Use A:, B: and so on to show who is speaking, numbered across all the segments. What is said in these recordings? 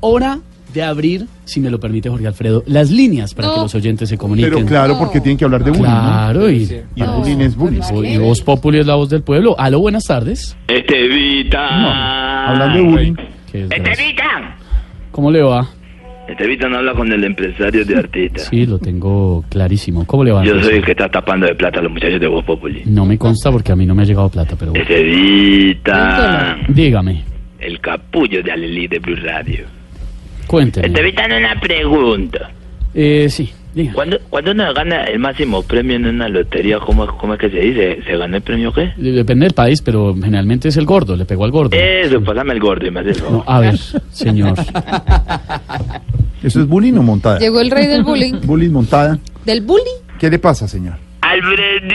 A: Hora de abrir, si me lo permite Jorge Alfredo, las líneas para que los oyentes se comuniquen.
B: Pero claro, porque tienen que hablar de bullying. ¿no?
A: Claro, y,
B: Y el bullying es bullying.
A: y Voz Populi es la voz del pueblo. Aló, buenas tardes.
C: Estevita.
B: No, hablando de bullying.
A: ¿Qué es eso?
C: Estevita.
A: ¿Cómo le va?
C: Estevita no habla con el empresario de artistas.
A: Sí, lo tengo clarísimo. ¿Cómo le va?
C: Yo soy el que está tapando de plata a los muchachos de Voz Populi.
A: No me consta porque a mí no me ha llegado plata, pero bueno.
C: Estevita.
A: Dígame,
C: El capullo de Alelí de Blue Radio.
A: cuénteme.
C: Estevita, una pregunta.
A: Eh, sí, dígame.
C: Cuando, cuando uno gana el máximo premio en una lotería, ¿cómo, es- cómo es que se dice? ¿Se ganó el premio qué?
A: Depende del país, pero generalmente es el gordo, le pegó al gordo.
B: Eh.
C: Eso, pasame el gordo y me hace el favor.
A: No, a ver, señor.
B: ¿Eso es bullying o montada?
D: Llegó el rey del bullying.
B: Bullying montada.
D: ¿Del bullying?
B: ¿Qué le pasa, señor?
C: ¡Alfredito!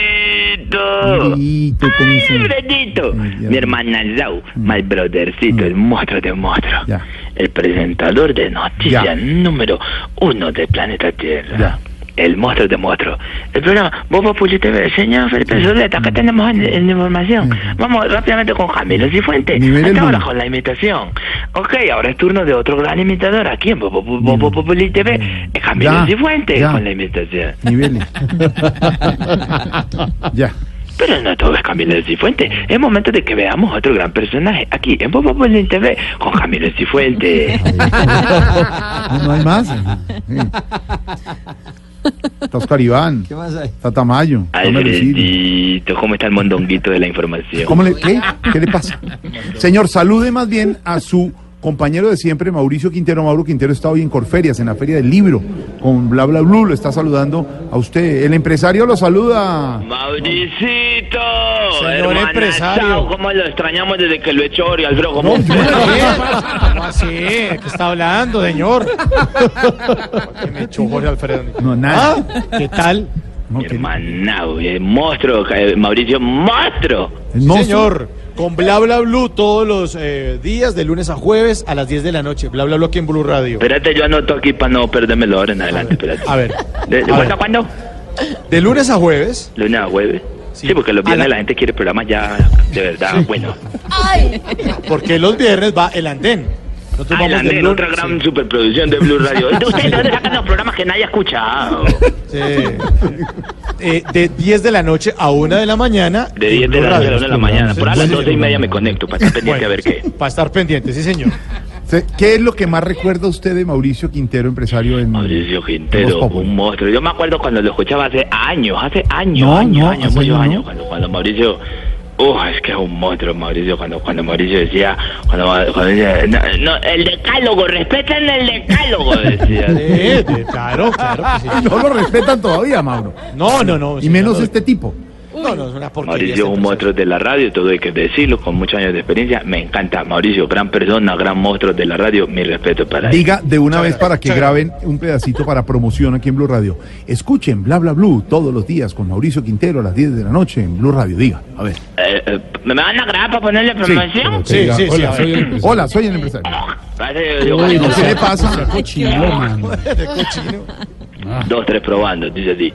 B: Y te
C: ¡Ay,
B: tenés-
C: Alfredito!
B: Ay, ya.
C: Mi hermana Lau, my brothercito, el monstruo de monstruo.
B: Mm. Ya.
C: El presentador de noticias
B: Ya.
C: número uno del planeta Tierra.
B: Ya.
C: El monstruo de monstruo. El programa, vos Populi TV, señor Felipe Zuleta,
B: Mm.
C: acá tenemos en, en información. Vamos rápidamente con Camilo Cifuentes.
B: Nivel
C: Hasta
B: el
C: ahora
B: mundo.
C: con la imitación. Ok, ahora es turno de otro gran imitador. Aquí en Vos Popu- Vos Populi TV, es Camilo
B: Mm. Ya.
C: Cifuentes
B: Ya.
C: con la imitación.
B: Niveles. ya.
C: Pero no todo es Camilo de Cifuentes. Es momento de que veamos otro gran personaje aquí en Bobo Polín TV con Camilo de Cifuentes.
B: No, Ah, no hay más. Sí. Está Oscar Iván. ¿Qué más hay? Está Tamayo. está Merecito.
C: Alfredito, ¿cómo está el mondonguito de la información?
B: ¿Cómo le, qué? ¿Qué le pasa? Señor, salude más bien a su compañero de siempre, Mauricio Quintero. Mauro Quintero está hoy en Corferias, en la Feria del Libro, con Bla Bla Blue. Lo está saludando a usted. El empresario lo saluda.
C: Mauricito,
E: Señor
C: hermana,
E: empresario.
C: chao, cómo lo extrañamos desde que lo echó Ori Alfredo. ¿cómo
B: No, yo
C: fue?
E: ¿Cómo así? ¿De qué está hablando, señor? ¿Qué me echó Jorge Alfredo? ¿Ah?
B: No, nada.
E: ¿Qué tal?
B: No, que-
C: Hermanao, el monstruo, eh, Mauricio, monstruo.
B: el
E: Sí,
B: monstruo.
E: señor. Con Bla Bla Blue todos los eh, días, de lunes a jueves a las 10 de la noche. Bla Bla Blue aquí en Blue Radio.
C: Espérate, yo anoto aquí para no perdérmelo ahora en adelante. Espérate.
E: A ver.
C: ¿De, de
E: a
C: cuándo
E: ver.
C: a cuándo?
E: De lunes a jueves.
C: Lunes a jueves. Sí,
E: Sí. Ah,
C: porque los
E: A la-
C: viernes la... gente quiere programas ya de verdad bueno.
E: Porque los viernes va el andén. Nosotros
C: Ah,
E: vamos
C: la
E: del
C: nena,
E: lunes-
C: otra gran superproducción de Blue Radio. Ustedes dónde sacan los programas que nadie ha escuchado.
E: Sí. Eh, de 10 de la noche a 1 de la mañana.
C: De 10
E: en
C: de
E: Blue
C: la noche a
E: Radio.
C: 1 de la mañana. Por a las
E: Sí,
C: 12 y media me conecto para estar pendiente
E: Bueno,
C: a ver qué.
E: Para estar pendiente, sí, señor.
B: Se- ¿Qué es lo que más recuerda usted de Mauricio Quintero, empresario en
C: Mauricio
B: en Voz
C: Quintero,
B: Populi?
C: un monstruo. Yo me acuerdo cuando lo escuchaba hace años, hace años,
B: No,
C: años,
B: no,
C: años,
B: hace
C: muchos
B: años,
C: años.
B: no.
C: Cuando, cuando Mauricio. Uf, es que es un monstruo, Mauricio. Cuando, cuando Mauricio decía. Cuando, cuando decía, no, no, el decálogo, respeten el decálogo, decía.
E: Eh, de- claro, claro. que sí.
B: Ah, No lo respetan todavía, Mauro.
E: No, no, no.
B: Y menos
E: señor.
B: este tipo.
E: No, no, es una porquería.
C: Mauricio es
E: este
C: un monstruo de la radio, todo hay que decirlo, con muchos años de experiencia. Me encanta, Mauricio, gran persona, gran monstruo de la radio, mi respeto para él.
B: Diga de una vez
E: gracias,
B: para que
E: muchas
B: graben un pedacito para promoción aquí en Blue Radio. Escuchen Bla Bla Blue todos los días con Mauricio Quintero a las 10 de la noche en Blue Radio. Diga, a ver.
C: Eh, eh, ¿Me van a grabar para ponerle promoción?
E: Sí, sí, sí, a
B: Hola,
E: ver.
B: soy el empresario. Hola, soy el empresario.
C: Parece- yo- yo-
B: ¿Qué le pasa?
A: Cochino, man.
C: Dos, tres probando, dice así.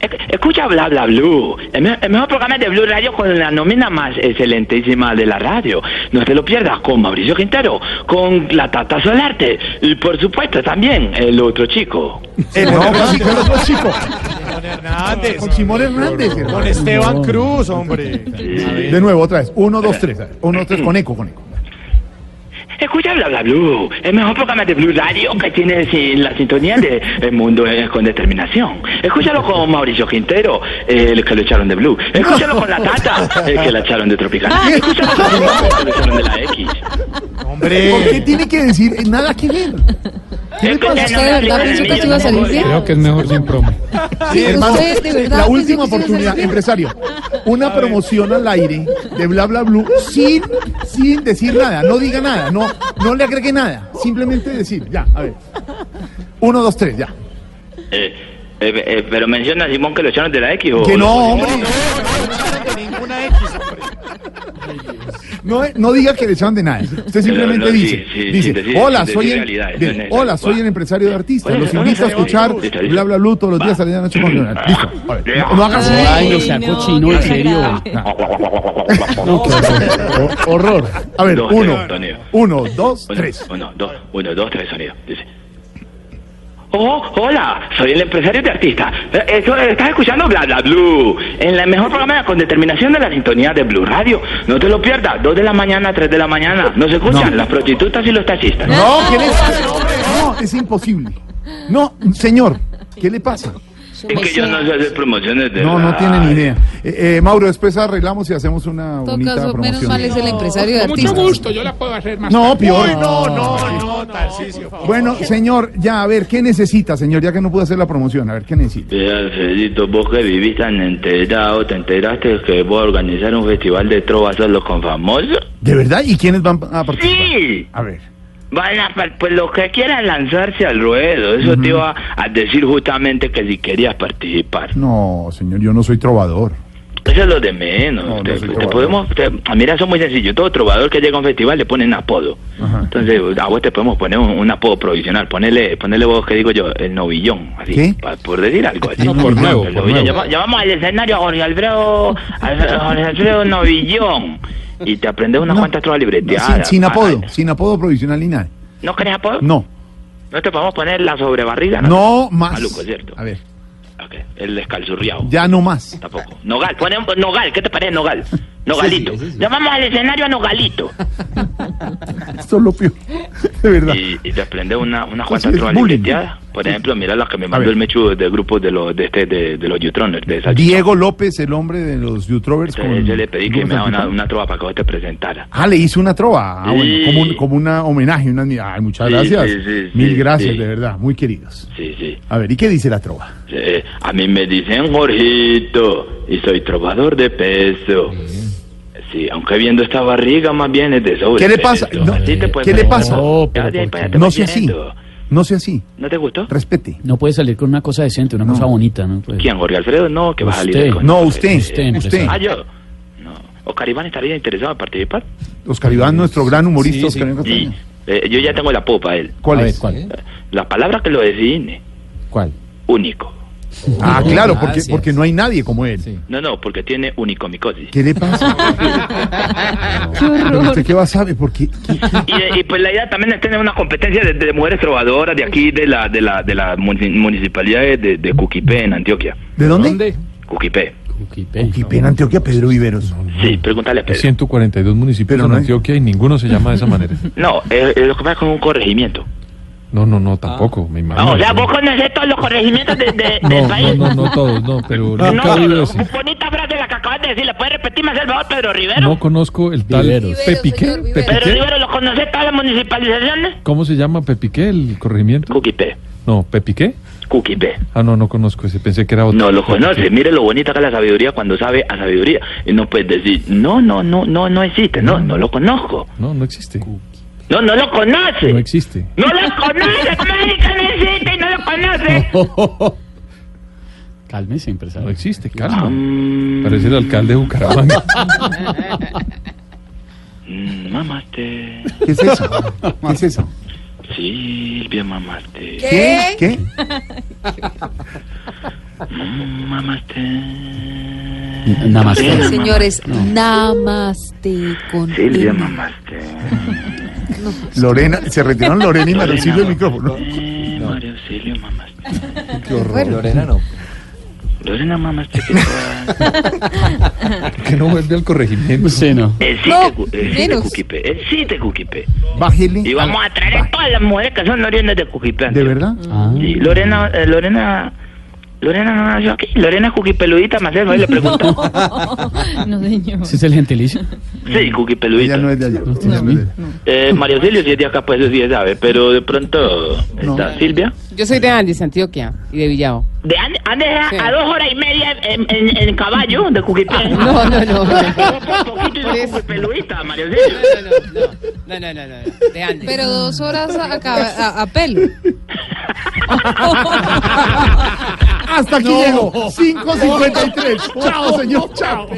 C: Ec- Escucha Bla Bla Blue, el, me- el mejor programa de Blue Radio con la nómina más excelentísima de la radio. No te lo pierdas con Mauricio Quintero, con la Tata Solarte y por supuesto también el otro chico.
B: El Eh, no, chico, el otro chico.
E: Con Hernández.
B: Con este Simón Hernández, hermano.
E: Con Esteban Cruz, hombre.
B: De nuevo, otra vez. Uno, dos, tres. Uno, dos, tres. Con eco, con eco.
C: Escucha Bla Bla Blue, el mejor programa de Blue Radio que tiene si- la sintonía de El Mundo es con Determinación. Escúchalo con Mauricio Quintero, eh, el que lo echaron de Blue. Escúchalo con la Tata, el que la echaron de Tropical. Escúchalo con el que lo echaron de la X.
B: ¿Por qué
E: Hombre.
B: tiene que decir Eh, nada que ver? ¿Qué le pasa?
D: ¿Usted de verdad pensó que se iba a salir bien?
A: Creo que es mejor sin promo.
B: Sí, hermano,
D: ¿Usted de verdad
B: la
D: pensó
B: última
D: que se iba a
B: oportunidad,
D: salir?
B: empresario. Una promoción al aire de Bla Bla Blue sin sin decir nada, no diga nada, no, no le agregue nada, simplemente decir, ya, a ver. Uno, dos, tres, ya.
C: Eh, eh, eh, pero menciona a Simón que lo echaron de la X o...
B: Que no,
C: o-
B: hombre. No, eh, no diga que le echaban de nada. Usted simplemente
C: no, sí,
B: dice,
C: sí, sí,
B: dice,
C: decir-
B: hola,
C: decir
B: soy el,
C: realidades,
B: de-
C: no es necesario.
B: hola, soy el empresario de artistas.
C: Oye,
B: Los
C: oye,
B: invito a
C: oye, oye,
B: escuchar
C: oye, oye,
B: bla bla bla todos los
C: Va.
B: días a la noche con Leonardo. Listo. A ver, no, no hagas
F: Ay,
A: Ay, no sea
F: no,
A: cochino, en
F: qué
A: serio.
F: desagradable.
A: No, qué horror. horror.
B: A ver,
C: Dos,
B: uno,
C: tres, sonido.
B: uno, dos,
C: Uno,
B: tres.
C: Uno, dos, uno, dos, tres, sonido. Dice. Oh, hola, soy el empresario de artistas. Eso, eh, estás escuchando Bla Bla Blue, en la mejor programa con determinación de la sintonía de Blue Radio. No te lo pierdas, dos de la mañana, tres de la mañana. Nos escuchan
B: No.
C: las prostitutas y los taxistas.
B: No, ¿qué le pasa? No, es imposible. No, señor, ¿qué le pasa?
C: es que yo no sé hacer promociones de
B: No, no
C: la-
B: tiene ni idea. Eh, eh, Mauro, después arreglamos y hacemos una
D: todo
B: bonita
D: caso,
B: promoción.
D: menos mal es el empresario de
G: Con mucho
D: artistas.
G: gusto, yo la puedo hacer más.
B: No, peor.
E: no, no, no, Tarcisio.
B: Bueno, señor, ya, a ver, ¿qué necesita, señor? Ya que no pude hacer la promoción, a ver, ¿qué necesita?
C: Eh, Alfredito, vos que vivís tan enterado, ¿te enteraste que voy a organizar un festival de trova solo con famosos?
B: ¿De verdad? ¿Y quiénes van a participar?
C: Sí.
B: A ver.
C: Van a, par- pues los que quieran lanzarse al ruedo, eso te iba a decir justamente que si querías participar.
B: No, señor, yo no soy trovador.
C: Eso es lo de menos.
B: No, no
C: te,
B: soy
C: te
B: trovador.
C: podemos, te- ah, mira, eso es muy sencillo. Todo trovador que llega a un festival le ponen apodo.
B: Ajá.
C: Entonces, a vos te podemos poner un, un apodo provisional. Ponele, ponele vos, que digo yo? El novillón, así,
B: ¿Qué?
C: pa- por decir algo. así.
B: No, por nuevo,
C: El
G: por
C: novillón.
G: nuevo.
C: Llama- Llamamos al escenario a Jorge Alfredo, a Jorge Alfredo Novillón. Y te aprendes unas
B: No.
C: cuantas trovas libreteadas.
B: Sin, sin
C: Ah,
B: apodo, sin apodo provisional ni nada.
C: ¿No querés apodo?
B: No,
C: ¿No te podemos poner la sobrebarriga?
B: no más.
C: Ah, Maluco, ¿cierto?
B: A ver,
C: Ok, El descalzurriado.
B: ya no más.
C: Tampoco. Nogal, ponemos Nogal, ¿qué te parece Nogal? Nogalito. Llamamos al escenario a Nogalito.
B: Esto es lo peor, de verdad.
C: Y, y te aprende una, una
B: Pues
C: cuanta
B: es
C: trova
B: bullying.
C: libreteada. Por ejemplo, mira la que me
B: ver.
C: mandó el mechudo del grupo de los de este de, de los Utroners de esa
B: Diego López, el hombre de los YouTubers.
C: Entonces, yo le pedí que me haga una,
B: una...
C: una trova para que vos te presentara.
B: Ah, le hizo una trova. Ah, bueno,
C: Sí.
B: como, un- como una homenaje, una... admira- Ay, muchas
C: Sí,
B: gracias.
C: sí, sí,
B: Mil
C: sí,
B: gracias,
C: sí.
B: de verdad, muy queridos.
C: Sí, sí.
B: A ver, ¿y qué dice la trova?
C: Eh, a mí me dicen Jorgito y soy trovador de peso. Sí, aunque viendo esta barriga más bien es de sobre.
B: ¿Qué le pasa?
C: peso.
B: No,
C: A ti te puede
B: ¿Qué le
C: parecer.
B: pasa?
A: No,
C: Ya, de ahí
A: pero
C: para allá te
B: No
C: vas
B: sea así,
C: yendo.
B: no sea así.
C: ¿No te gustó?
B: Respete.
A: No puede salir con una cosa decente, una cosa bonita, ¿no? Pues,
C: ¿Quién, Jorge Alfredo? No, que va a salir
A: Usted.
C: con...
B: No, usted,
A: Usted,
B: usted.
C: Ah, yo. No. Oscar Iván estaría interesado en participar.
B: Oscar Iván, nuestro gran humorista. Oscar Iván
C: Y
B: Castaña.
C: eh, yo ya tengo la popa él.
B: ¿Cuál
G: A ver,
B: es?
G: ¿cuál?
C: La palabra que lo define,
G: ¿Cuál?
C: único.
B: Ah, claro, porque,
G: Gracias.
B: porque no hay nadie como él.
G: Sí.
C: No, no, porque tiene unicomicosis.
B: ¿Qué le pasa? Pero usted qué va a saber, porque qué- qué-
C: Y, eh, y pues la idea también es tener una competencia de, de mujeres trovadoras de aquí, de la de la, de la munici- municipalidad de, de, de Cuquipé, en Antioquia.
B: ¿de dónde?
C: Cuquipé.
A: Cuquipé.
B: Y en Antioquia, Pedro Viveros.
C: Sí, pregúntale a Pedro.
G: 142 municipios
B: Pero no
G: en
B: hay-
G: Antioquia y ninguno se llama de esa manera.
C: No, eh, eh, lo que pasa es con un corregimiento.
G: No, no, no, tampoco, me imagino.
C: Ah, o sea, vos conocés todos los corregimientos de- de- del
G: No, no,
C: país.
G: no, no todos, no, pero
C: No,
G: nunca he oído decir.
C: bonita frase la que acabas de decir. ¿Le puedes repetir más el favor, Pedro Rivero?
G: No conozco el tal
A: Viveros.
G: Pepiqué.
D: Viveros, señor,
G: ¿Pepiqué?
C: Pedro Rivero, ¿lo conoces todas las municipalizaciones?
G: ¿Cómo se llama Pepiqué el corregimiento?
C: Cuquipé,
G: No, Pepiqué.
C: Cuquipé.
G: Ah, no, no conozco ese, pensé que era otro.
C: No lo conoce, mire lo bonita que es la sabiduría cuando sabe a sabiduría. Y no puedes decir, no, no, no, no, no existe, no, no lo conozco.
G: No, no existe.
C: No, no lo conoce.
G: No existe.
C: No lo conoce, ¿cómo es que no existe y no lo conoce?
A: Cálmese, empresario.
G: No existe,
B: Ah.
G: calma. Parece el alcalde de Bucaramanga.
C: Mm, mamaste,
B: ¿Qué es eso? ¿Qué es eso?
C: Silvia, mamaste.
B: ¿Qué? ¿Qué?
C: Mm, Mamaste.
A: Namaste.
C: Silvia,
D: Señores, namaste con
C: Silvia,
D: M.
C: mamaste.
B: Lorena, se retiraron Lorena y me recibe el micrófono.
C: Eh, María Auxilio, mamaste.
G: Lorena no.
C: Lorena, mamaste que todas.
G: Que no vuelve al corregimiento.
A: No sé, no.
C: El Eh, sí
D: No,
C: te cu- el sí te
D: menos.
C: cuquipé, el sí te cuquipé.
B: Bájele. Ah,
C: Y vamos a traer a todas las mujeres que son oriundas de Cuquipé.
B: ¿De verdad?
A: Ah,
C: Sí, Lorena, eh, Lorena Lorena no nació aquí. Lorena Cookie Peludita Macedo, ahí le preguntan.
H: No, señor.
A: ¿Sí es el gentilicio?
C: Sí, Cookie Peludita.
B: no es de allá. ella no es de allá.
C: Eh, María Auxilio, si es de acá, pues eso sí es, sabe. Pero de pronto está Silvia.
I: Yo soy de Andes, Antioquia y de Villavo.
C: De Andes, a, dos horas y media en, en- en caballo de Cuquipé.
I: No, no, no.
C: poquito y soy Peludita, María Auxilio.
I: No, no, no, no, no, de Andes.
D: Pero dos horas a, a, cab- a- a pelo.
B: Hasta aquí
D: No.
B: llego. 5.53. Chao, señor. Chao.